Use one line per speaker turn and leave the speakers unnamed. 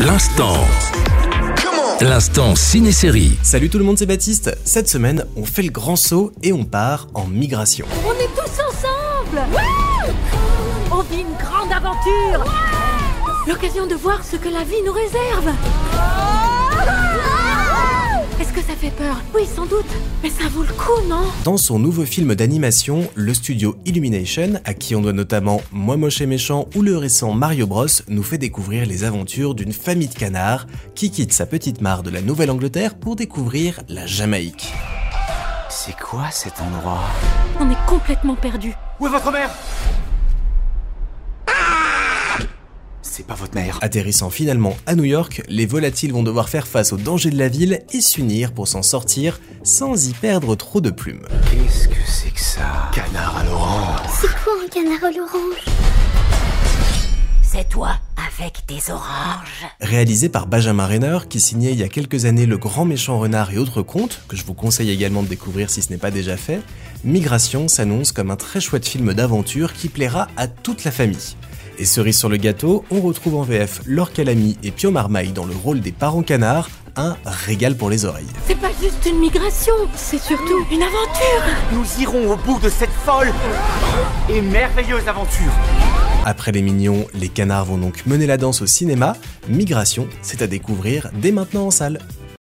L'instant. L'instant ciné-série.
Salut tout le monde, c'est Baptiste. Cette semaine, on fait le grand saut et on part en migration.
On est tous ensemble On vit une grande aventure L'occasion de voir ce que la vie nous réserve Est-ce que ça fait peur Oui, sans doute. Mais ça vaut le coup, non
Dans son nouveau film d'animation, le studio Illumination, à qui on doit notamment Moi Moche et Méchant ou le récent Mario Bros, nous fait découvrir les aventures d'une famille de canards qui quitte sa petite mare de la Nouvelle-Angleterre pour découvrir la Jamaïque.
C'est quoi cet endroit
On est complètement perdu.
Où est votre mère C'est pas votre mère.
Atterrissant finalement à New York, les volatiles vont devoir faire face aux dangers de la ville et s'unir pour s'en sortir sans y perdre trop de plumes.
Qu'est-ce que c'est que ça Canard à l'orange.
C'est quoi un canard à l'orange
C'est toi avec des oranges.
Réalisé par Benjamin Renner, qui signait il y a quelques années Le Grand Méchant Renard et autres contes, que je vous conseille également de découvrir si ce n'est pas déjà fait, Migration s'annonce comme un très chouette film d'aventure qui plaira à toute la famille. Et cerise sur le gâteau, on retrouve en VF Laure Calamy et Pio Marmaille dans le rôle des parents canards, un régal pour les oreilles.
C'est pas juste une migration, c'est surtout une aventure
Nous irons au bout de cette folle et merveilleuse aventure.
Après les mignons, les canards vont donc mener la danse au cinéma. Migration, c'est à découvrir dès maintenant en salle.